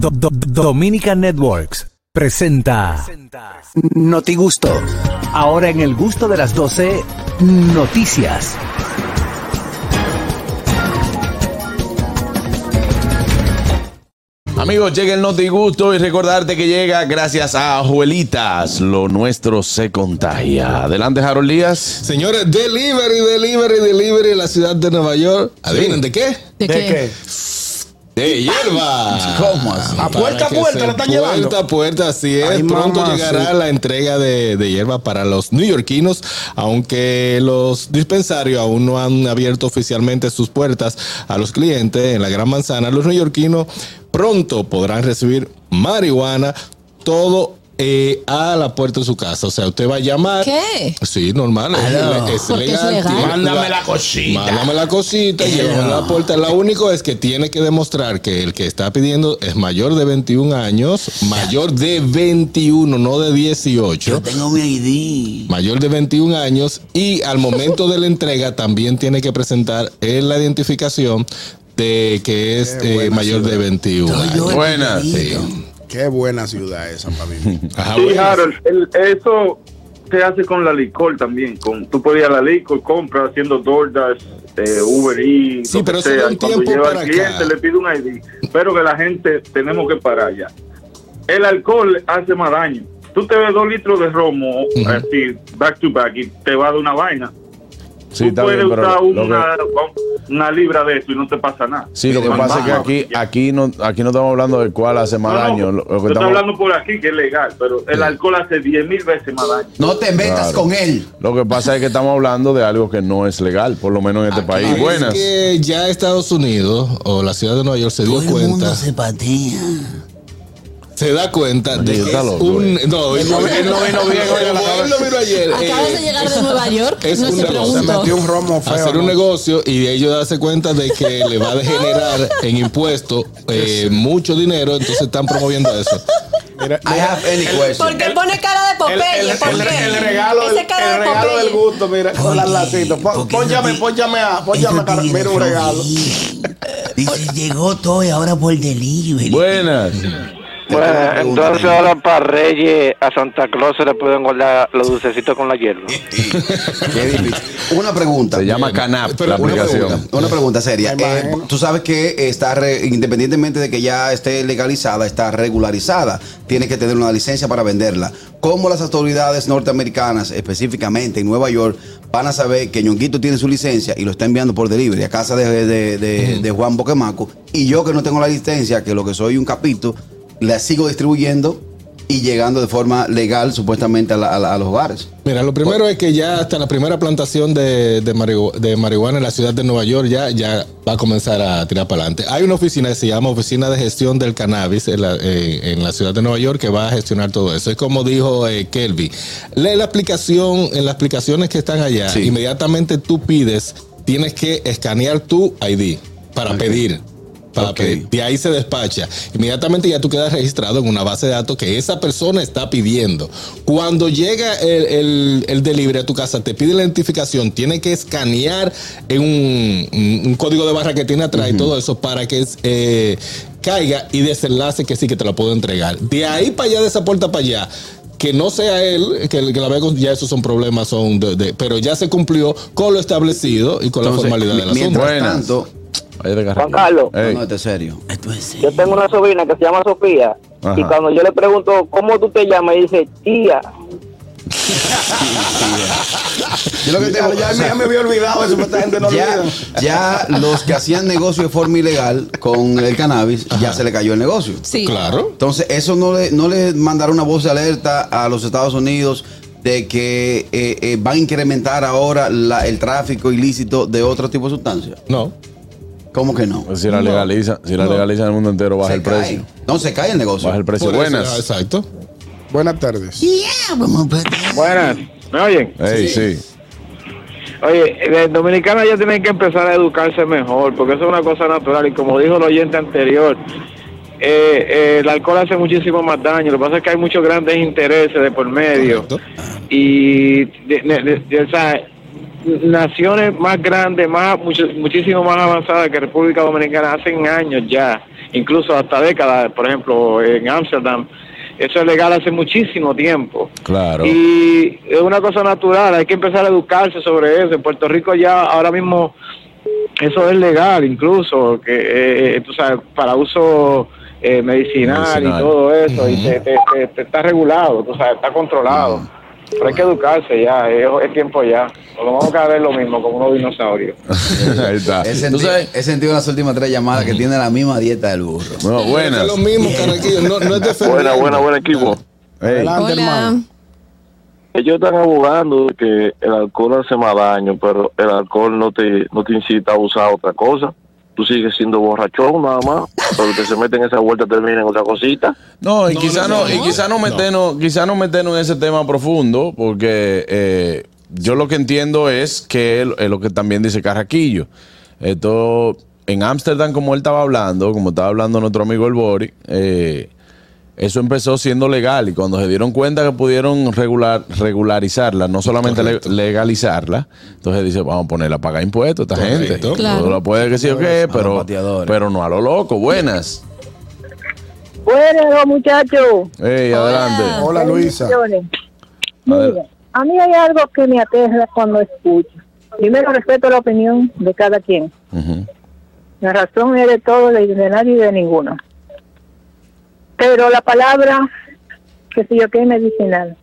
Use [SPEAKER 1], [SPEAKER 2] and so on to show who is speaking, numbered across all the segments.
[SPEAKER 1] Do- Do- Dominica Networks presenta Noti Gusto. Ahora en el gusto de las 12, noticias.
[SPEAKER 2] Amigos, llega el Noti Gusto y recordarte que llega gracias a Ajuelitas. Lo nuestro se contagia. Adelante, Harold Díaz.
[SPEAKER 3] Señores, delivery, delivery, delivery en la ciudad de Nueva York. Adivinen de qué?
[SPEAKER 4] ¿De, qué?
[SPEAKER 3] De hierba. Ah,
[SPEAKER 2] ¿Cómo así?
[SPEAKER 3] A
[SPEAKER 5] puerta a puerta la están llevando.
[SPEAKER 3] Puerta a puerta, así es.
[SPEAKER 5] Ay,
[SPEAKER 3] Pronto
[SPEAKER 5] mamá,
[SPEAKER 3] llegará
[SPEAKER 5] sí.
[SPEAKER 3] la entrega de, de hierba para los neoyorquinos, aunque los dispensarios aún no han abierto oficialmente sus puertas a los clientes en la Gran Manzana. Los neoyorquinos pronto podrán recibir marihuana, todo eh, a la puerta de su casa. O sea, usted va a llamar.
[SPEAKER 4] ¿Qué?
[SPEAKER 3] Sí, normal. es le- Es,
[SPEAKER 4] Porque es
[SPEAKER 3] legal.
[SPEAKER 4] legal.
[SPEAKER 3] tiene-
[SPEAKER 5] Mándame la cosita.
[SPEAKER 3] Mándame la cosita y llévame a la puerta. Lo único es que tiene que demostrar que el que está pidiendo es mayor de 21 años, mayor de 21, no de 18.
[SPEAKER 6] Tengo mi ID.
[SPEAKER 3] Mayor de 21 años y al momento de la entrega también tiene que presentar en la identificación de que es eh, mayor de 21 años.
[SPEAKER 2] Buenas.
[SPEAKER 5] Qué buena ciudad esa para mí.
[SPEAKER 3] Ajá,
[SPEAKER 7] Sí,
[SPEAKER 3] bueno.
[SPEAKER 7] Harold, el- eso se hace con la licor también. Con, tú podías la licor, compra haciendo DoorDash, eh, Uber Eats,
[SPEAKER 3] Sí,
[SPEAKER 7] lo que
[SPEAKER 3] pero eso da un
[SPEAKER 7] Cuando
[SPEAKER 3] tiempo
[SPEAKER 7] lleva
[SPEAKER 3] para
[SPEAKER 7] al cliente
[SPEAKER 3] acá.
[SPEAKER 7] le pide un ID. Pero que la gente tenemos que parar ya. El alcohol hace más daño. Tú te ves dos litros de romo así, back to back, y te va de una vaina.
[SPEAKER 2] Sí,
[SPEAKER 7] tú
[SPEAKER 2] está
[SPEAKER 7] puedes
[SPEAKER 2] bien, pero
[SPEAKER 7] usar
[SPEAKER 2] lo que-
[SPEAKER 7] una, una libra de eso y no te pasa nada.
[SPEAKER 2] sí, lo que
[SPEAKER 7] Vamos,
[SPEAKER 2] pasa es que
[SPEAKER 7] vamos.
[SPEAKER 2] aquí, aquí, no, aquí no estamos hablando de cuál hace más
[SPEAKER 7] No, no,
[SPEAKER 2] daño. Lo- lo que
[SPEAKER 7] yo estoy
[SPEAKER 2] estamos-
[SPEAKER 7] hablando por aquí que es legal, pero el alcohol hace 10 mil veces más daño.
[SPEAKER 6] No te metas
[SPEAKER 2] Claro.
[SPEAKER 6] con él.
[SPEAKER 2] Lo que pasa es que estamos hablando de algo que no es legal, por lo menos en este país.
[SPEAKER 3] Es
[SPEAKER 2] Buenas.
[SPEAKER 3] que ya Estados Unidos o la ciudad de Nueva York se dio
[SPEAKER 6] Todo el
[SPEAKER 3] cuenta.
[SPEAKER 6] mundo se patea.
[SPEAKER 3] se da cuenta
[SPEAKER 2] Oye,
[SPEAKER 3] de que
[SPEAKER 2] está
[SPEAKER 3] es
[SPEAKER 2] loco,
[SPEAKER 3] un no, él no,
[SPEAKER 2] él no vino bien, oiga,
[SPEAKER 3] él
[SPEAKER 2] la cabeza.
[SPEAKER 3] no vino ayer.
[SPEAKER 4] Acabas
[SPEAKER 3] eh,
[SPEAKER 4] de llegar de Nueva York.
[SPEAKER 3] es
[SPEAKER 4] no
[SPEAKER 3] un
[SPEAKER 4] se
[SPEAKER 3] negocio.
[SPEAKER 5] Se
[SPEAKER 4] pregunto.
[SPEAKER 5] metió un romo feo.
[SPEAKER 3] hacer un
[SPEAKER 5] ¿no?
[SPEAKER 3] negocio y de ellos darse cuenta de que le va a generar en impuestos eh, mucho dinero, entonces están promoviendo eso.
[SPEAKER 5] Mira,
[SPEAKER 6] I
[SPEAKER 5] mira,
[SPEAKER 6] have any
[SPEAKER 4] ¿Por
[SPEAKER 6] question.
[SPEAKER 4] qué pone cara de
[SPEAKER 5] el, el-
[SPEAKER 4] Popeye? ¿Por
[SPEAKER 5] el-
[SPEAKER 4] qué?
[SPEAKER 5] el regalo, del-
[SPEAKER 4] Ese cara
[SPEAKER 5] el
[SPEAKER 4] de
[SPEAKER 5] regalo
[SPEAKER 4] Popeye.
[SPEAKER 5] del gusto, mira,
[SPEAKER 6] ¿Por
[SPEAKER 5] con las
[SPEAKER 6] qué?
[SPEAKER 5] lacitos. Pon-
[SPEAKER 6] Porque
[SPEAKER 5] Pónchame,
[SPEAKER 6] no-
[SPEAKER 5] pónchame a, pónchame a
[SPEAKER 6] Esos tigres
[SPEAKER 5] mira un
[SPEAKER 6] son
[SPEAKER 5] regalo.
[SPEAKER 6] así. Dice, llegó todo y ahora por delivery.
[SPEAKER 2] Buenas.
[SPEAKER 8] Bueno, entonces ahora para Reyes a Santa Claus se le pueden guardar los dulcecitos con la hierba.
[SPEAKER 6] Qué difícil. Una pregunta.
[SPEAKER 2] Se llama Canap
[SPEAKER 3] Pero
[SPEAKER 2] la
[SPEAKER 3] una
[SPEAKER 6] Una
[SPEAKER 2] aplicación.
[SPEAKER 6] pregunta, una pregunta seria.
[SPEAKER 5] Me
[SPEAKER 6] Eh,
[SPEAKER 5] imagino.
[SPEAKER 6] tú sabes que está re- independientemente de que ya esté legalizada, está regularizada. Tiene que tener una licencia para venderla. ¿Cómo las autoridades norteamericanas, específicamente en Nueva York, van a saber que Ñonguito tiene su licencia y lo está enviando por delivery a casa de, de- de- de Juan Boquemaco? Y yo que no tengo la licencia, que lo que soy un capito, la sigo distribuyendo y llegando de forma legal supuestamente a, la- a la- a los hogares.
[SPEAKER 3] Mira, lo primero es que ya hasta la primera plantación de, de marihu- de marihuana en la ciudad de Nueva York ya, ya va a comenzar a tirar para adelante. Hay una oficina que se llama Oficina de Gestión del Cannabis en la, eh, en la ciudad de Nueva York que va a gestionar todo eso. Es como dijo eh, Kelvin. Lee la aplicación, en las aplicaciones que están allá,
[SPEAKER 6] Sí.
[SPEAKER 3] inmediatamente tú pides, tienes que escanear tu ID para pedir para
[SPEAKER 6] Ok.
[SPEAKER 3] pedir. De ahí se despacha. Inmediatamente ya tú quedas registrado en una base de datos que esa persona está pidiendo. Cuando llega el, el, el delivery a tu casa, te pide la identificación, tiene que escanear en un, un- un código de barra que tiene atrás y todo eso para que eh, caiga y desenlace que sí que te la puedo entregar. De ahí para allá, de esa puerta para allá. Que no sea él, que, el que la vea con- ya esos son problemas, son de- de- pero ya se cumplió con lo establecido y con la formalidad del asunto.
[SPEAKER 6] mientras
[SPEAKER 2] Buenas.
[SPEAKER 6] tanto,
[SPEAKER 2] Ahí de Carraquillo.
[SPEAKER 8] Juan Carlos.
[SPEAKER 2] Ey.
[SPEAKER 6] no, no, esto es serio.
[SPEAKER 8] Yo tengo una sobrina que se llama Sofía y
[SPEAKER 2] Ajá.
[SPEAKER 8] cuando yo le pregunto cómo tú te llamas, y dice tía.
[SPEAKER 6] Yo lo que
[SPEAKER 5] Ya,
[SPEAKER 6] tengo-
[SPEAKER 5] ya
[SPEAKER 6] o sea,
[SPEAKER 5] me- ya me había olvidado eso, pero esta gente no
[SPEAKER 6] ya,
[SPEAKER 5] olvida.
[SPEAKER 6] ya los que hacían negocio de forma ilegal con el cannabis, ya se le cayó el negocio.
[SPEAKER 4] Sí.
[SPEAKER 3] Claro.
[SPEAKER 6] Entonces, eso no le, no le mandará una voz de alerta a los Estados Unidos de que eh, eh, van a incrementar ahora la- el tráfico ilícito de otro tipo de sustancias.
[SPEAKER 3] No.
[SPEAKER 6] ¿Cómo que no?
[SPEAKER 2] Si la legaliza, si la
[SPEAKER 3] No.
[SPEAKER 2] legaliza en el mundo entero, baja
[SPEAKER 6] Se
[SPEAKER 2] el
[SPEAKER 6] cae.
[SPEAKER 2] precio.
[SPEAKER 6] No, se cae el negocio.
[SPEAKER 2] Baja el precio.
[SPEAKER 3] Por eso,
[SPEAKER 2] Buenas.
[SPEAKER 3] ah, exacto.
[SPEAKER 5] Buenas tardes.
[SPEAKER 8] Buenas, ¿me oyen?
[SPEAKER 2] Ey, sí.
[SPEAKER 8] Oye, los dominicanos ya tienen que empezar a educarse mejor, porque eso es una cosa natural. Y como dijo el oyente anterior, eh, eh, el alcohol hace muchísimo más daño. Lo que pasa es que hay muchos grandes intereses de por medio.
[SPEAKER 3] Correcto.
[SPEAKER 8] Y, de- de- de- de- o sea, naciones más grandes, más mucho- muchísimo más avanzadas que República Dominicana, hacen años ya incluso hasta décadas, por ejemplo, en Ámsterdam. Eso es legal hace muchísimo tiempo.
[SPEAKER 2] Claro.
[SPEAKER 8] Y es una cosa natural, hay que empezar a educarse sobre eso. En Puerto Rico ya ahora mismo eso es legal incluso, que eh, tú sabes, para uso eh, medicinal,
[SPEAKER 2] Medicinal.
[SPEAKER 8] y todo eso, y te, te- te- te está regulado, tú sabes, está controlado. Pero hay que educarse ya, es, es tiempo ya. Nos vamos a cada vez lo mismo, como unos dinosaurios.
[SPEAKER 2] Ahí está.
[SPEAKER 6] He
[SPEAKER 2] Tú
[SPEAKER 6] sentido,
[SPEAKER 2] sabes-
[SPEAKER 6] he sentido en las últimas tres llamadas que tiene la misma dieta del burro.
[SPEAKER 2] No, buenas.
[SPEAKER 3] Es lo mismo, Carraquillo. No, no es defendiendo.
[SPEAKER 4] Buena, buena, buena equipo.
[SPEAKER 2] Ey,
[SPEAKER 5] Adelante, hermano.
[SPEAKER 9] Hola.
[SPEAKER 4] Ellos están abogando de que el alcohol hace más daño, pero el alcohol no te, no te incita a usar otra cosa. Tú sigues siendo borrachón nada más, pero el que se mete en esa vuelta termina en otra cosita.
[SPEAKER 2] No, y
[SPEAKER 3] No,
[SPEAKER 2] quizá no,
[SPEAKER 3] no,
[SPEAKER 2] y
[SPEAKER 3] no.
[SPEAKER 2] quizá no
[SPEAKER 3] No.
[SPEAKER 2] meternos, quizá no meternos en ese tema profundo, porque eh, yo lo que entiendo es que el- es lo que también dice Carraquillo. Esto en Ámsterdam, como él estaba hablando, como estaba hablando nuestro amigo el Bori, eh, eso empezó siendo legal y cuando se dieron cuenta que pudieron regular, regularizarla, no solamente le- legalizarla, entonces dice, vamos a ponerla a pagar impuestos a esta gente.
[SPEAKER 3] Correcto.
[SPEAKER 9] Claro.
[SPEAKER 2] Todo lo puede que sí o qué,
[SPEAKER 6] los
[SPEAKER 2] pero,
[SPEAKER 6] pateadores.
[SPEAKER 2] pero no a lo loco. Buenas.
[SPEAKER 10] Bueno, muchachos.
[SPEAKER 2] Ey,
[SPEAKER 9] Hola.
[SPEAKER 2] adelante.
[SPEAKER 5] Hola, Luisa.
[SPEAKER 10] bendiciones.
[SPEAKER 2] Adel-
[SPEAKER 10] Mira, a mí hay algo que me aterra cuando escucho. Primero, respeto la opinión de cada quien.
[SPEAKER 2] Ujú.
[SPEAKER 10] La razón es de todo, de, de nadie y de ninguno. Pero la palabra, que sé yo qué, medicinal,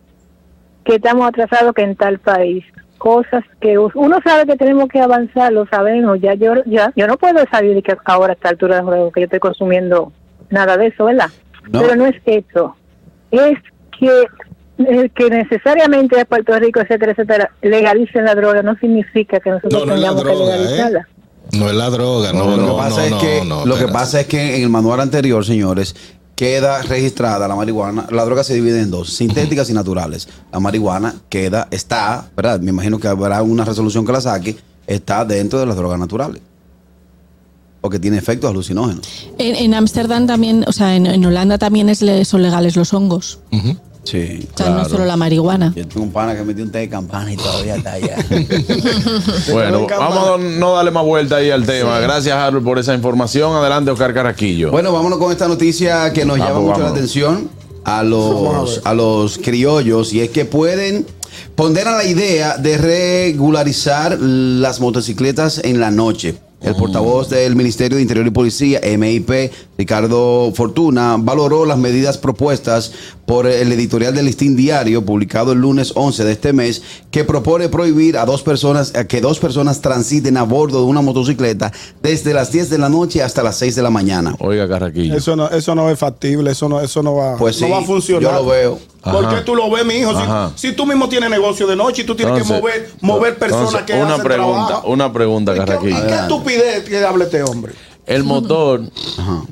[SPEAKER 10] que estamos atrasados que en tal país, cosas que us- uno sabe que tenemos que avanzar, lo sabemos, ya yo ya yo no puedo salir de que ahora a esta altura del juego que yo estoy consumiendo nada de eso, ¿verdad?
[SPEAKER 6] No.
[SPEAKER 10] Pero no es eso, es que el que necesariamente a Puerto Rico, etcétera, etcétera, legalicen la droga, no significa que nosotros
[SPEAKER 3] No, no es la
[SPEAKER 10] tengamos que
[SPEAKER 3] droga, ¿eh?
[SPEAKER 10] legalizarla.
[SPEAKER 3] No es la droga, no,
[SPEAKER 6] lo
[SPEAKER 3] no,
[SPEAKER 6] que
[SPEAKER 3] no,
[SPEAKER 6] pasa
[SPEAKER 3] no,
[SPEAKER 6] es que
[SPEAKER 3] no,
[SPEAKER 6] lo que
[SPEAKER 3] espérate.
[SPEAKER 6] pasa es que en el manual anterior, señores, queda registrada la marihuana. La droga se divide en dos, sintéticas y naturales. La marihuana queda está, ¿verdad? Me imagino que habrá una resolución que la saque, está dentro de las drogas naturales. Porque tiene efectos alucinógenos.
[SPEAKER 9] En en Ámsterdam también, o sea, en, en Holanda también es, le- son legales los hongos.
[SPEAKER 3] Ujú.
[SPEAKER 6] Sí.
[SPEAKER 9] O sea, no es solo la marihuana.
[SPEAKER 6] Yo tengo un pana que metió un té de campana y todavía está allá.
[SPEAKER 2] Bueno, vamos a no darle más vuelta ahí al tema. Gracias, Harold, por esa información. Adelante, Oscar Carraquillo.
[SPEAKER 6] Bueno, vámonos con esta noticia que nos
[SPEAKER 2] Vamos,
[SPEAKER 6] llama mucho la
[SPEAKER 2] vámonos.
[SPEAKER 6] atención a los, a los criollos y es que pueden ponderan la idea de regularizar las motocicletas en la noche. El portavoz del Ministerio de Interior y Policía, MIP, Ricardo Fortuna, valoró las medidas propuestas por el editorial del Listín Diario, publicado el lunes 11 de este mes, que propone prohibir a dos personas, a que dos personas transiten a bordo de una motocicleta desde las 10 de la noche hasta las 6 de la mañana.
[SPEAKER 2] Oiga, Carraquillo.
[SPEAKER 5] Eso no, eso no es factible, eso no, eso no va,
[SPEAKER 6] Pues
[SPEAKER 5] no
[SPEAKER 6] sí,
[SPEAKER 5] va a funcionar.
[SPEAKER 6] yo lo veo.
[SPEAKER 5] ¿Por
[SPEAKER 2] Ajá.
[SPEAKER 5] qué tú lo ves, mi hijo?
[SPEAKER 2] Ajá.
[SPEAKER 5] Si, si tú mismo tienes negocio de noche y tú tienes
[SPEAKER 2] Entonces-
[SPEAKER 5] que mover, mover personas
[SPEAKER 2] entonces,
[SPEAKER 5] que
[SPEAKER 2] una
[SPEAKER 5] hacen
[SPEAKER 2] pregunta,
[SPEAKER 5] trabajo.
[SPEAKER 2] una pregunta,
[SPEAKER 6] Pues,
[SPEAKER 5] ¿Y qué-
[SPEAKER 2] Carraquillo.
[SPEAKER 5] ¿Y qué
[SPEAKER 6] Adelante.
[SPEAKER 5] estupidez que hable este hombre?
[SPEAKER 2] El motor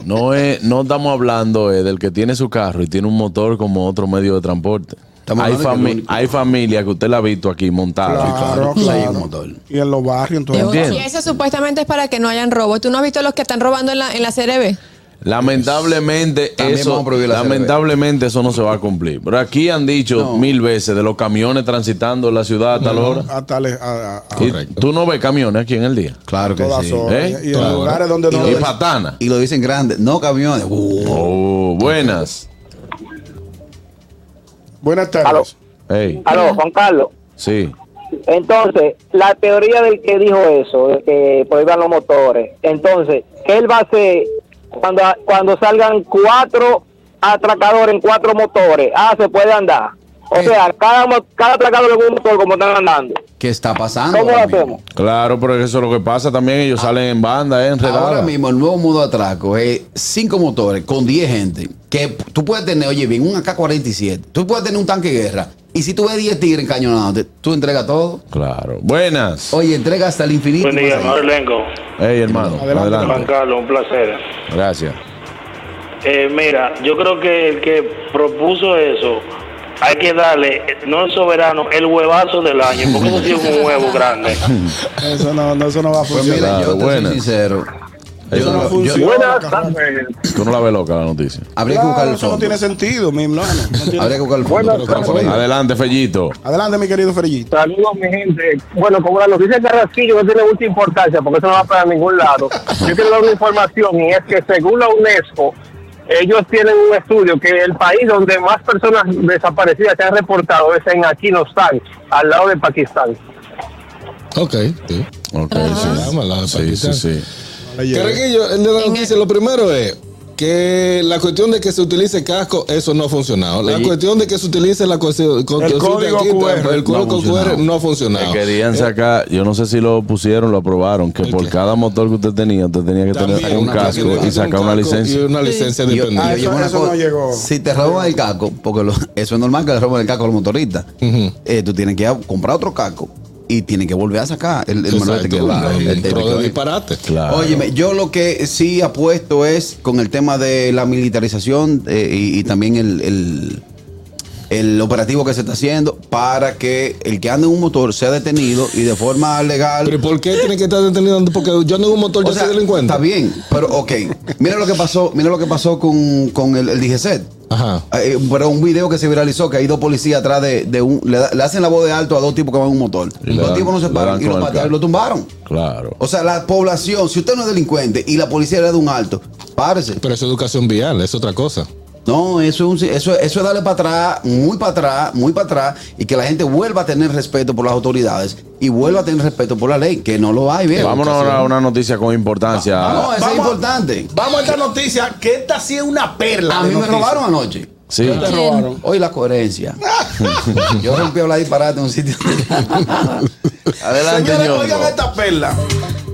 [SPEAKER 2] no es, no estamos hablando eh, del que tiene su carro y tiene un motor como otro medio de transporte.
[SPEAKER 6] Estamos
[SPEAKER 2] hay,
[SPEAKER 6] hablando de que
[SPEAKER 2] fami-
[SPEAKER 6] el único-
[SPEAKER 2] hay familias que usted la ha visto aquí montada.
[SPEAKER 5] Claro,
[SPEAKER 6] Sí,
[SPEAKER 5] claro.
[SPEAKER 6] un montón.
[SPEAKER 5] Y en los barrios, entonces.
[SPEAKER 2] Entiendo.
[SPEAKER 9] Y eso supuestamente es para que no hayan robos. ¿Tú no has visto los que están robando en la, en la CRB?
[SPEAKER 2] Lamentablemente
[SPEAKER 6] También
[SPEAKER 2] eso,
[SPEAKER 6] vamos a prohibir la
[SPEAKER 2] lamentablemente eso no se va a cumplir. Pero aquí han dicho
[SPEAKER 6] No.
[SPEAKER 2] mil veces de los camiones transitando la ciudad a tal hora.
[SPEAKER 5] Hasta le- a- a- a
[SPEAKER 2] Y
[SPEAKER 3] Correcto.
[SPEAKER 2] tú no ves camiones aquí en el día.
[SPEAKER 6] Claro que
[SPEAKER 5] todas
[SPEAKER 6] sí.
[SPEAKER 5] horas.
[SPEAKER 2] ¿eh?
[SPEAKER 5] Y en
[SPEAKER 3] Claro.
[SPEAKER 5] lugares donde no.
[SPEAKER 2] Y patana.
[SPEAKER 6] Y lo dicen grande, no camiones. Uh.
[SPEAKER 2] Oh, buenas.
[SPEAKER 5] Buenas tardes.
[SPEAKER 8] Aló.
[SPEAKER 2] Ey,
[SPEAKER 8] Aló, Juan Carlos.
[SPEAKER 2] sí.
[SPEAKER 8] Entonces, la teoría del que dijo eso, de que prohíban los motores, entonces, ¿qué él va a hacer cuando, cuando salgan cuatro atracadores en cuatro motores? Ah, se puede andar. O sea, cada, mo- cada atracador en un motor como están andando.
[SPEAKER 6] ¿Qué está pasando?
[SPEAKER 8] ¿Cómo lo
[SPEAKER 6] ahora mismo?
[SPEAKER 8] hacemos?
[SPEAKER 2] Claro, pero eso es lo que pasa también. Ellos salen en banda, eh,
[SPEAKER 6] Ahora
[SPEAKER 2] enredados.
[SPEAKER 6] mismo el nuevo modo de atraco es cinco motores con 10 gente. Que p- tú puedes tener, oye bien, un AK-47. Tú puedes tener un tanque de guerra. Y si tú ves 10 tigres encañonados, tú entregas todo.
[SPEAKER 2] Claro. Buenas.
[SPEAKER 6] Oye, entrega hasta el infinito. y más allá.
[SPEAKER 8] Marlengo.
[SPEAKER 2] Ey, hermano.
[SPEAKER 5] Adelante,
[SPEAKER 2] Adelante.
[SPEAKER 8] Carlos, un placer.
[SPEAKER 2] Gracias.
[SPEAKER 8] Eh, mira, yo creo que el que propuso eso, hay que darle, eh, no el soberano, el huevazo del año, porque eso tiene un huevo grande.
[SPEAKER 5] Eso no, no, eso no va a
[SPEAKER 6] Pues
[SPEAKER 5] funcionar.
[SPEAKER 6] mira,
[SPEAKER 2] Claro,
[SPEAKER 6] yo te
[SPEAKER 2] buena.
[SPEAKER 6] soy sincero.
[SPEAKER 2] Eso no funciona. Tú no la ves loca la noticia.
[SPEAKER 6] Habría que buscar el
[SPEAKER 5] Eso no
[SPEAKER 2] fondo.
[SPEAKER 5] tiene sentido, mi hermano. No tiene-
[SPEAKER 6] Habría que buscar el fondo.
[SPEAKER 5] Buenas
[SPEAKER 6] pero creo
[SPEAKER 5] tardes.
[SPEAKER 6] que por ahí.
[SPEAKER 2] Adelante, Fellito.
[SPEAKER 5] Adelante, mi querido Ferellito.
[SPEAKER 11] Saludos, mi gente. Bueno, como la noticia de Carrasquillo no tiene mucha importancia porque eso no va para ningún lado, yo quiero dar una información y es que según la UNESCO, ellos tienen un estudio que el país donde más personas desaparecidas se han reportado es en Afganistán, al lado de Pakistán.
[SPEAKER 3] Ok, sí.
[SPEAKER 2] Ok,
[SPEAKER 3] sí. Sí,
[SPEAKER 2] sí,
[SPEAKER 3] Carrequillo, el de la noticia, lo primero es que la cuestión de que se utilice casco, eso no ha funcionado. La cuestión de que se utilice la cuestión- con-
[SPEAKER 5] El
[SPEAKER 3] con-
[SPEAKER 5] código
[SPEAKER 3] aquí,
[SPEAKER 5] QR.
[SPEAKER 3] el código QR no ha funcionado.
[SPEAKER 2] Que querían sacar, yo no sé si lo pusieron, lo aprobaron, que por cada motor que usted tenía, usted tenía que tener un
[SPEAKER 3] una-
[SPEAKER 2] casco
[SPEAKER 3] tiene
[SPEAKER 2] y
[SPEAKER 3] que
[SPEAKER 2] sacar
[SPEAKER 3] tener un
[SPEAKER 2] una
[SPEAKER 3] casco
[SPEAKER 2] licencia.
[SPEAKER 3] y una licencia de pendiente.
[SPEAKER 6] y
[SPEAKER 3] Ah,
[SPEAKER 10] ah,
[SPEAKER 3] Eso-
[SPEAKER 6] una
[SPEAKER 3] eso
[SPEAKER 6] cosa,
[SPEAKER 3] no llegó.
[SPEAKER 6] Si te roban el casco, porque lo- eso es normal que le roben el casco al motorista, eh, tú tienes que ir a comprar otro casco y tienes que volver a sacar el, el
[SPEAKER 3] Exacto,
[SPEAKER 6] manual que
[SPEAKER 3] claro,
[SPEAKER 6] el- el-
[SPEAKER 3] un
[SPEAKER 6] el-
[SPEAKER 3] trozo
[SPEAKER 6] el-
[SPEAKER 3] de disparate. Claro.
[SPEAKER 6] Óyeme, yo lo que sí apuesto es con el tema de la militarización eh, y, y también el, el- el operativo que se está haciendo para que el que anda en un motor sea detenido y de forma legal.
[SPEAKER 3] ¿Pero por qué tiene que estar detenido? Porque yo ando en un motor, yo soy delincuente.
[SPEAKER 6] Está bien, pero ok. Mira lo que pasó, mira lo que pasó con, con el, el DGCET.
[SPEAKER 3] Ajá.
[SPEAKER 6] Eh, pero un video que se viralizó que hay dos policías atrás de, de un. Le, da- le hacen la voz de alto a dos tipos que van en un motor.
[SPEAKER 2] le
[SPEAKER 6] Los
[SPEAKER 2] dan-
[SPEAKER 6] tipos no se
[SPEAKER 2] le
[SPEAKER 6] paran
[SPEAKER 2] dan
[SPEAKER 6] y lo
[SPEAKER 2] con el
[SPEAKER 6] patearon y
[SPEAKER 2] carro.
[SPEAKER 6] lo tumbaron.
[SPEAKER 2] Claro.
[SPEAKER 6] O sea, la población, si usted no es delincuente y la policía le da un alto, párese.
[SPEAKER 3] Pero eso es educación vial, es otra cosa.
[SPEAKER 6] No, eso es, un- eso, eso es darle para atrás, muy para atrás, muy para atrás, y que la gente vuelva a tener respeto por las autoridades y vuelva a tener respeto por la ley, que no lo hay, bien.
[SPEAKER 2] Eh,
[SPEAKER 6] Ah,
[SPEAKER 2] Vámonos ahora a una noticia con importancia.
[SPEAKER 6] No, eso es importante.
[SPEAKER 5] Vamos a esta noticia que esta sí es una perla.
[SPEAKER 6] A
[SPEAKER 5] de
[SPEAKER 6] mí me
[SPEAKER 5] noticia.
[SPEAKER 6] robaron anoche.
[SPEAKER 2] Sí.
[SPEAKER 5] ¿Qué te robaron?
[SPEAKER 6] Hoy la coherencia. Yo rompí a hablar disparate en un sitio. Adelante,
[SPEAKER 5] Señores,
[SPEAKER 6] Ñongo.
[SPEAKER 5] oigan esta perla.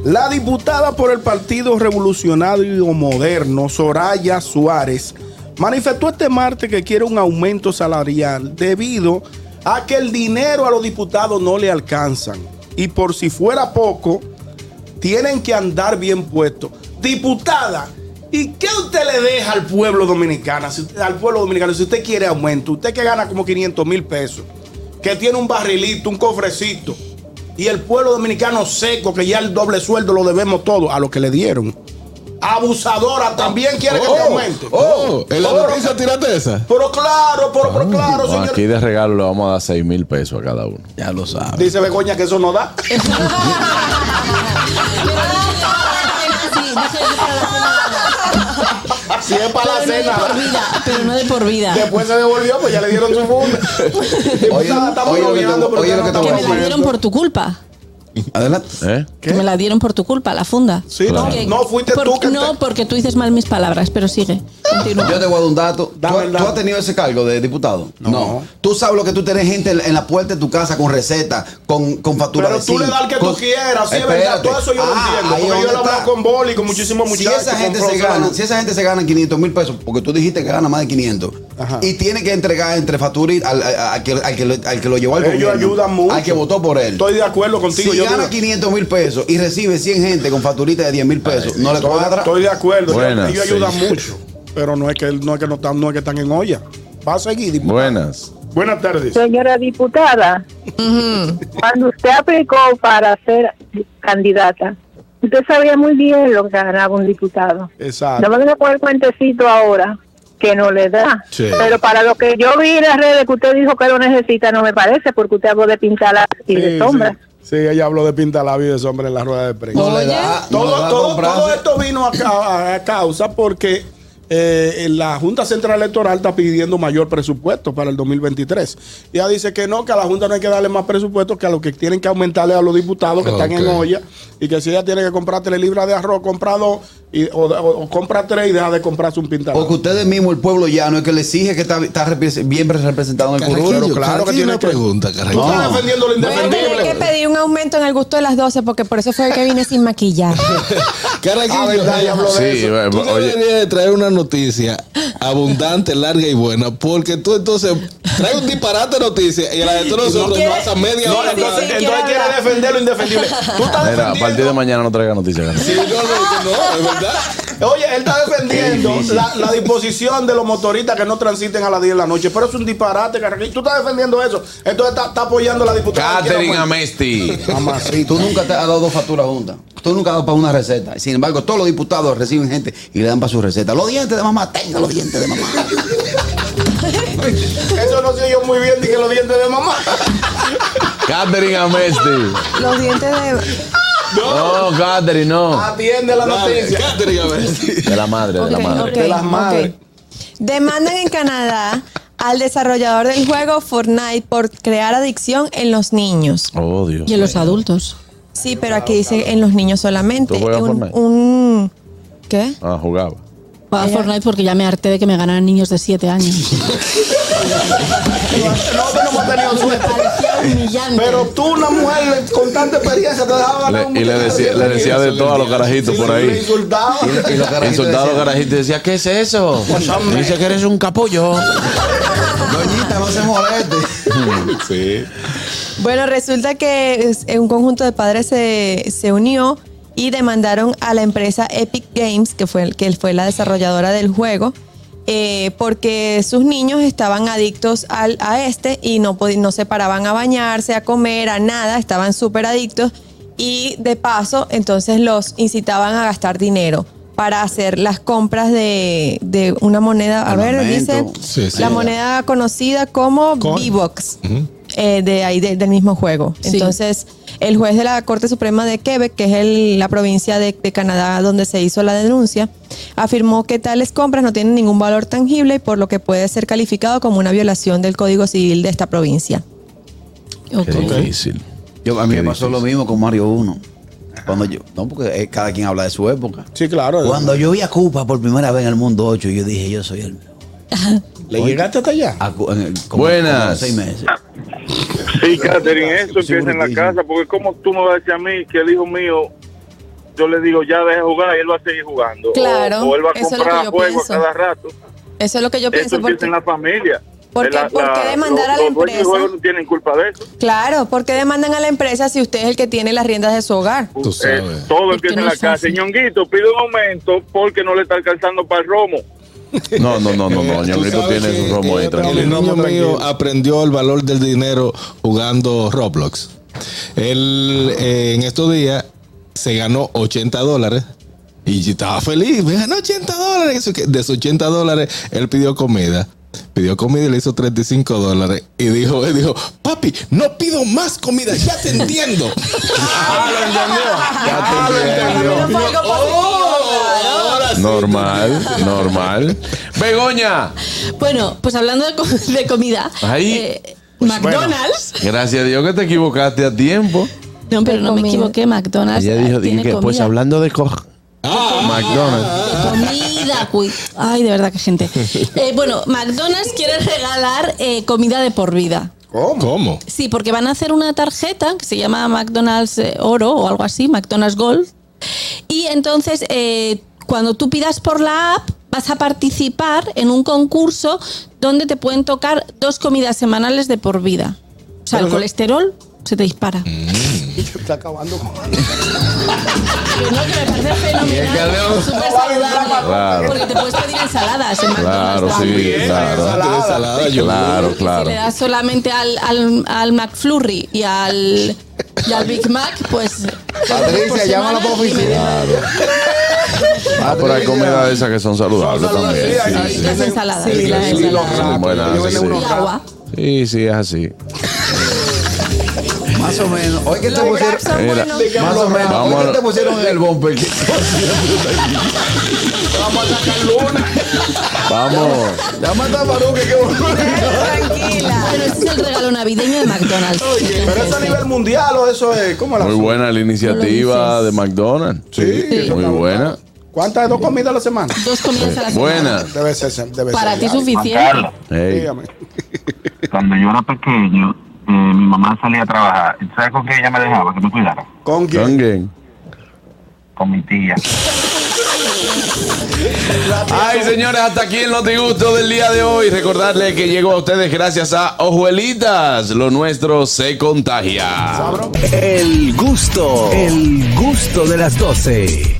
[SPEAKER 5] La diputada por el Partido Revolucionario Moderno, Soraya Suárez, manifestó este martes que quiere un aumento salarial debido a que el dinero a los diputados no le alcanzan. Y por si fuera poco, tienen que andar bien puestos. Diputada, ¿y qué usted le deja al pueblo dominicano? Si usted- al pueblo dominicano, si usted quiere aumento, usted que gana como 500 mil pesos, que tiene un barrilito, un cofrecito, y el pueblo dominicano seco, que ya el doble sueldo lo debemos todo a lo que le dieron. Abusadora también quiere que te
[SPEAKER 3] Oh,
[SPEAKER 5] aumente.
[SPEAKER 3] Oh, en la
[SPEAKER 5] Oh.
[SPEAKER 3] noticia tírate esa.
[SPEAKER 5] Pero claro, pero, pero claro,
[SPEAKER 2] No,
[SPEAKER 5] señor.
[SPEAKER 2] aquí de regalo le vamos a dar 6 mil pesos a cada uno.
[SPEAKER 6] Ya lo sabe.
[SPEAKER 5] Dice Begoña que eso no da. Si es para la
[SPEAKER 9] Pero no de
[SPEAKER 5] cena.
[SPEAKER 9] por vida, pero no de por vida.
[SPEAKER 5] Después se devolvió, pues ya le dieron su funda. Diputada, estamos
[SPEAKER 6] oye lo que te-
[SPEAKER 5] noviando, pero
[SPEAKER 6] oye
[SPEAKER 5] usted no
[SPEAKER 6] lo que te
[SPEAKER 5] está
[SPEAKER 6] voy
[SPEAKER 9] Me
[SPEAKER 6] a
[SPEAKER 9] la
[SPEAKER 5] comiendo.
[SPEAKER 9] dieron por tu culpa.
[SPEAKER 6] Adelante.
[SPEAKER 2] ¿Eh?
[SPEAKER 9] Que me la dieron por tu culpa, la funda.
[SPEAKER 5] Sí, no,
[SPEAKER 9] Porque-
[SPEAKER 5] no, fuiste
[SPEAKER 9] por-
[SPEAKER 5] tú que
[SPEAKER 9] No, porque tú dices mal mis palabras, pero sigue. Continúa.
[SPEAKER 6] Yo te voy a dar un dato. ¿Tú,
[SPEAKER 5] Dame el
[SPEAKER 6] tú
[SPEAKER 5] dato.
[SPEAKER 6] has tenido ese cargo de diputado? No. Tú sabes lo que tú tenés gente en en la puerta de tu casa con receta, con, con factura
[SPEAKER 5] Pero
[SPEAKER 6] de
[SPEAKER 5] tú le
[SPEAKER 6] zinc,
[SPEAKER 5] das el que
[SPEAKER 6] con-
[SPEAKER 5] tú quieras, sí, es
[SPEAKER 6] Espérate.
[SPEAKER 5] verdad. Todo eso yo lo
[SPEAKER 6] Ah,
[SPEAKER 5] entiendo.
[SPEAKER 6] ahí
[SPEAKER 5] Porque yo
[SPEAKER 6] donde
[SPEAKER 5] lo hablo
[SPEAKER 6] está.
[SPEAKER 5] con Boli, con muchísimos muchachos.
[SPEAKER 6] Si esa
[SPEAKER 5] con
[SPEAKER 6] gente se
[SPEAKER 5] Frozen.
[SPEAKER 6] gana, si esa gente se gana 500 mil pesos, porque tú dijiste que gana más de 500,
[SPEAKER 5] Ajá.
[SPEAKER 6] y tiene que entregar entre factura y al, a- a- que- al que, lo- al que lo llevó al
[SPEAKER 5] Ellos
[SPEAKER 6] gobierno,
[SPEAKER 5] ayudan mucho.
[SPEAKER 6] al que votó por él.
[SPEAKER 5] Estoy de acuerdo contigo.
[SPEAKER 6] si
[SPEAKER 5] yo
[SPEAKER 6] gana
[SPEAKER 5] estoy-
[SPEAKER 6] 500 mil pesos y recibe 100 gente con facturita de 10 mil pesos, no le
[SPEAKER 5] Estoy,
[SPEAKER 6] cuadra.
[SPEAKER 5] estoy de acuerdo. yo-
[SPEAKER 2] Buenas,
[SPEAKER 5] ellos ayudan
[SPEAKER 2] sí.
[SPEAKER 5] mucho. Pero no es que no, es que no, están, no es que están en olla. Va a seguir. diputada.
[SPEAKER 2] Buenas.
[SPEAKER 5] Buenas tardes.
[SPEAKER 10] Señora diputada, cuando usted aplicó para ser candidata, usted sabía muy bien lo que ganaba un diputado.
[SPEAKER 5] Exacto.
[SPEAKER 10] No me venga con el cuentecito ahora, que no le da.
[SPEAKER 3] Sí.
[SPEAKER 10] Pero para lo que yo vi en las redes que usted dijo que lo necesita, no me parece, porque usted habló de pintar y
[SPEAKER 5] Sí,
[SPEAKER 10] de sombra.
[SPEAKER 5] Sí, Sí, ella habló de pintalabio y de sombra en la rueda de prensa.
[SPEAKER 6] No le da, no le
[SPEAKER 5] Todo,
[SPEAKER 6] da
[SPEAKER 5] todo,
[SPEAKER 6] comprarse.
[SPEAKER 5] todo esto vino a, ca- a causa porque eh, la Junta Central Electoral está pidiendo mayor presupuesto para el 2023. Ya dice que no, que a la Junta no hay que darle más presupuesto que a lo que tienen que aumentarle a los diputados que están en
[SPEAKER 3] Ok.
[SPEAKER 5] olla y que si ella tiene que comprar tres libras de arroz, compra dos y, o, o- o compra tres y deja de comprarse un pintalabio.
[SPEAKER 6] Porque ustedes mismos, el pueblo llano, es que le exige que está, está repre- bien representado en el
[SPEAKER 3] Carrequillo,
[SPEAKER 6] currículo.
[SPEAKER 5] claro que
[SPEAKER 3] Carrequillo,
[SPEAKER 5] tiene
[SPEAKER 3] una
[SPEAKER 5] que-
[SPEAKER 3] pregunta,
[SPEAKER 5] Tú
[SPEAKER 3] Carrequillo.
[SPEAKER 5] estás
[SPEAKER 6] No.
[SPEAKER 5] defendiendo lo
[SPEAKER 12] Voy a tener que
[SPEAKER 5] indefendible.
[SPEAKER 12] pedir un aumento en el gusto de las 12 porque por eso fue que vine sin maquillaje.
[SPEAKER 3] Carrequillo,
[SPEAKER 5] Ah, verdad, ya habló de
[SPEAKER 2] Sí,
[SPEAKER 5] eso.
[SPEAKER 2] eh,
[SPEAKER 3] Tú
[SPEAKER 2] oye,
[SPEAKER 3] deberías de traer una noticia abundante, larga y buena, porque tú entonces traes un disparate de noticias y a la de todos nosotros
[SPEAKER 12] quiere-
[SPEAKER 3] nos pasa media
[SPEAKER 12] No,
[SPEAKER 3] hora.
[SPEAKER 12] sí,
[SPEAKER 3] hablando.
[SPEAKER 12] sí,
[SPEAKER 5] Entonces
[SPEAKER 12] quiero
[SPEAKER 5] quiere
[SPEAKER 12] hablar.
[SPEAKER 5] defender lo indefendible. Tú estás
[SPEAKER 2] mira, a
[SPEAKER 5] defendiendo
[SPEAKER 2] partir de mañana no traiga noticias.
[SPEAKER 3] Sí, no, no, no, es
[SPEAKER 5] ¿Verdad? Oye, él está defendiendo
[SPEAKER 6] Qué difícil.
[SPEAKER 5] la, la disposición de los motoristas que no transiten a las 10 de la noche. Pero es un disparate, Carraquillo. Tú estás defendiendo eso. Entonces está, está apoyando a la diputada.
[SPEAKER 2] Catherine Amesti.
[SPEAKER 6] Sí, tú nunca te has dado dos facturas juntas. Tú nunca has dado para una receta. Sin embargo, todos los diputados reciben gente y le dan para su receta. Los dientes de mamá, tenga los dientes de mamá.
[SPEAKER 5] Eso no se oyó muy bien, ni que los dientes de mamá.
[SPEAKER 2] Catherine Amesti.
[SPEAKER 12] Los dientes de.
[SPEAKER 2] No, Catherine, no.
[SPEAKER 5] Atiende la
[SPEAKER 2] Dale,
[SPEAKER 5] noticia.
[SPEAKER 3] Catherine Amesti.
[SPEAKER 2] De la madre, de la
[SPEAKER 12] Ok,
[SPEAKER 2] madre.
[SPEAKER 12] ok, ok. Demandan en Canadá al desarrollador del juego Fortnite por crear adicción en los niños.
[SPEAKER 2] Oh, Dios.
[SPEAKER 9] Y en los adultos.
[SPEAKER 12] Sí, pero aquí dice en los niños solamente.
[SPEAKER 2] ¿Tú juegas
[SPEAKER 12] Un-
[SPEAKER 2] Fortnite?
[SPEAKER 12] un ¿Qué?
[SPEAKER 2] Ah, jugaba.
[SPEAKER 9] Juego a Fortnite porque ya me harté de que me ganaran niños de 7 años.
[SPEAKER 5] Nosotros no hemos tenido suerte. Pero tú, una mujer con tanta experiencia, te dejaba ganar
[SPEAKER 2] Le-
[SPEAKER 5] un
[SPEAKER 2] y le
[SPEAKER 5] muchacho.
[SPEAKER 2] decía, le decía de todo a los carajitos por
[SPEAKER 5] Le
[SPEAKER 2] ahí.
[SPEAKER 5] insultaba.
[SPEAKER 2] Insultaba a los carajitos y decía, ¿qué es eso? Dice que eres un capullo.
[SPEAKER 6] Doñita, no se moleste.
[SPEAKER 3] Sí.
[SPEAKER 12] Bueno, resulta que es- eh, un conjunto de padres se, se unió y demandaron a la empresa Epic Games, que fue, el- que fue la desarrolladora del juego, eh, porque sus niños estaban adictos al, a este y no, podi- no se paraban a bañarse, a comer, a nada, estaban súper adictos y de paso entonces los incitaban a gastar dinero para hacer las compras de, de una moneda, a ver, dice,
[SPEAKER 6] Armamento. Sí, sí.
[SPEAKER 12] la moneda conocida como
[SPEAKER 6] Coin.
[SPEAKER 12] V-Bucks eh, de ahí de- del mismo juego.
[SPEAKER 9] Sí.
[SPEAKER 12] Entonces, el juez de la Corte Suprema de Quebec, que es el- la provincia de, de Canadá donde se hizo la denuncia, afirmó que tales compras no tienen ningún valor tangible y por lo que puede ser calificado como una violación del Código Civil de esta provincia.
[SPEAKER 2] Qué difícil.
[SPEAKER 6] Yo, a mí me pasó lo mismo con Mario 1. Cuando yo, no, porque eh, cada quien habla de su época.
[SPEAKER 5] Sí, claro.
[SPEAKER 6] Cuando yo vi a Cupa por primera vez en el mundo 8, yo dije, yo soy el mejor.
[SPEAKER 5] ¿Le llegaste hasta allá?
[SPEAKER 6] A Cu- en el- como-
[SPEAKER 2] Buenas.
[SPEAKER 6] como seis meses.
[SPEAKER 7] Sí, Catherine, eso que es
[SPEAKER 6] seguro
[SPEAKER 7] en la
[SPEAKER 6] que sí.
[SPEAKER 7] casa, porque como tú me vas a decir a mí que el hijo mío, yo le digo ya deje jugar y él va a seguir jugando. O-
[SPEAKER 12] Claro,
[SPEAKER 7] O, él va a
[SPEAKER 12] eso es lo
[SPEAKER 7] comprar
[SPEAKER 12] que yo
[SPEAKER 7] juegos
[SPEAKER 12] pienso.
[SPEAKER 7] a cada rato.
[SPEAKER 12] Eso es lo que yo
[SPEAKER 7] eso
[SPEAKER 12] pienso.
[SPEAKER 7] empieza
[SPEAKER 12] porque-
[SPEAKER 7] en la familia.
[SPEAKER 12] ¿Por qué-
[SPEAKER 7] La-
[SPEAKER 12] por qué
[SPEAKER 7] la-
[SPEAKER 12] demandar
[SPEAKER 7] los-
[SPEAKER 12] a la
[SPEAKER 7] los dueños de
[SPEAKER 12] empresa?
[SPEAKER 7] juegos no tienen culpa de eso.
[SPEAKER 12] claro, porque demandan a la empresa si usted es el que tiene las riendas de su hogar.
[SPEAKER 3] Tú sabes.
[SPEAKER 7] Eh, todo
[SPEAKER 9] Es
[SPEAKER 7] empieza
[SPEAKER 9] que
[SPEAKER 7] en
[SPEAKER 9] no
[SPEAKER 7] la
[SPEAKER 9] es
[SPEAKER 7] casa.
[SPEAKER 9] fácil.
[SPEAKER 7] Ñonguito, pide un aumento porque no le está alcanzando para el romo.
[SPEAKER 2] No, no, no, no, no.
[SPEAKER 3] Tú
[SPEAKER 2] Ñonguito
[SPEAKER 3] sabes
[SPEAKER 2] tiene
[SPEAKER 3] que
[SPEAKER 2] su romo ahí
[SPEAKER 3] el
[SPEAKER 2] tranquilo.
[SPEAKER 3] niño
[SPEAKER 5] Romo tranquilo.
[SPEAKER 3] mío aprendió el valor del dinero jugando Roblox. Él eh, en estos días se ganó 80 dólares y yo estaba feliz. Me ganó 80 dólares. Eso que- De esos 80 dólares, él pidió comida. Pidió comida y le hizo 35 dólares. Y dijo, él dijo, papi, no pido más comida, ya te entiendo.
[SPEAKER 5] Ah, lo entendió.
[SPEAKER 12] Fue algo positivo, claro.
[SPEAKER 2] Normal, normal. Begoña.
[SPEAKER 9] Bueno, pues hablando de, co- de comida,
[SPEAKER 2] Ahí. Pues
[SPEAKER 9] eh, McDonald's.
[SPEAKER 2] Gracias a Dios que te equivocaste a tiempo.
[SPEAKER 9] No, pero no me
[SPEAKER 12] Comida.
[SPEAKER 9] equivoqué,
[SPEAKER 6] Ah,
[SPEAKER 9] McDonald's.
[SPEAKER 2] Ella dijo,
[SPEAKER 9] eh, tiene
[SPEAKER 2] dije que, pues
[SPEAKER 9] comida.
[SPEAKER 2] hablando de co- McDonald's.
[SPEAKER 9] De comida, cui- Ay, de verdad que gente. Eh, bueno, McDonald's quiere regalar eh, comida de por vida.
[SPEAKER 3] ¿Cómo?
[SPEAKER 9] Sí, porque van a hacer una tarjeta que se llama McDonald's eh, Oro o algo así, McDonald's Gold. Y entonces, eh, cuando tú pidas por la app, vas a participar en un concurso donde te pueden tocar dos comidas semanales de por vida. O sea, el colesterol se te dispara.
[SPEAKER 2] Mm.
[SPEAKER 5] Está acabando con
[SPEAKER 9] Que no, que me parece
[SPEAKER 2] Y el
[SPEAKER 9] fenomenal.
[SPEAKER 2] calor.
[SPEAKER 9] Súper saludable.
[SPEAKER 2] Claro.
[SPEAKER 9] Porque te puedes pedir ensaladas en McDonald's.
[SPEAKER 2] Claro, sí,
[SPEAKER 9] también.
[SPEAKER 2] claro.
[SPEAKER 3] Ensalada, yogur.
[SPEAKER 2] Claro,
[SPEAKER 9] Si
[SPEAKER 2] claro.
[SPEAKER 9] le das solamente al, al, al McFlurry y al, y al Big Mac, pues.
[SPEAKER 6] Patricia, llama a la oficina.
[SPEAKER 2] Ah, pero hay comidas de esas que son saludables
[SPEAKER 5] Son
[SPEAKER 2] también.
[SPEAKER 5] saludables,
[SPEAKER 2] Sí,
[SPEAKER 5] sí,
[SPEAKER 2] sí.
[SPEAKER 5] hay-
[SPEAKER 9] Las ensaladas.
[SPEAKER 2] Sí,
[SPEAKER 9] las
[SPEAKER 2] sí,
[SPEAKER 5] los
[SPEAKER 9] ensaladas.
[SPEAKER 2] Son
[SPEAKER 5] ratos.
[SPEAKER 2] buenas,
[SPEAKER 5] Yo
[SPEAKER 2] esas,
[SPEAKER 5] veo unos
[SPEAKER 9] Y
[SPEAKER 2] sí.
[SPEAKER 9] agua.
[SPEAKER 2] Sí, sí, es así.
[SPEAKER 6] Más o menos. Hoy que te
[SPEAKER 12] Los
[SPEAKER 6] pusieron.
[SPEAKER 12] wraps
[SPEAKER 9] Ah,
[SPEAKER 12] son
[SPEAKER 2] Mira,
[SPEAKER 12] buenos.
[SPEAKER 6] Más o menos.
[SPEAKER 2] Vamos
[SPEAKER 6] Hoy
[SPEAKER 2] a-
[SPEAKER 6] que te pusieron en el bumper.
[SPEAKER 5] Vamos a sacar luna.
[SPEAKER 2] Vamos.
[SPEAKER 6] Llama a Tabaruque que
[SPEAKER 12] Tranquila.
[SPEAKER 9] Pero ese este es el regalo navideño de McDonald's.
[SPEAKER 5] Pero eso a nivel mundial o eso es. ¿Cómo la
[SPEAKER 2] Muy buena la iniciativa
[SPEAKER 9] Lo
[SPEAKER 2] de
[SPEAKER 9] dices.
[SPEAKER 2] McDonald's.
[SPEAKER 5] Sí.
[SPEAKER 2] Muy buena.
[SPEAKER 5] ¿Cuántas dos comidas a la semana?
[SPEAKER 9] Dos comidas a la semana.
[SPEAKER 2] Buena.
[SPEAKER 5] Debe ser. Debe
[SPEAKER 9] Para
[SPEAKER 5] ser
[SPEAKER 9] ti es
[SPEAKER 5] ya.
[SPEAKER 9] suficiente.
[SPEAKER 2] Ey.
[SPEAKER 5] Dígame.
[SPEAKER 11] Cuando yo era pequeño, eh, mi mamá salía a trabajar. ¿Y ¿Sabes con qué ella me dejaba? Que me cuidara.
[SPEAKER 5] ¿Con quién?
[SPEAKER 2] Gangen.
[SPEAKER 11] Con mi tía.
[SPEAKER 2] Ay, señores, hasta aquí el Notigusto del día de hoy. Recordarle que llegó a ustedes gracias a Ojuelitas. Lo nuestro se contagia.
[SPEAKER 1] El gusto, el gusto de las 12.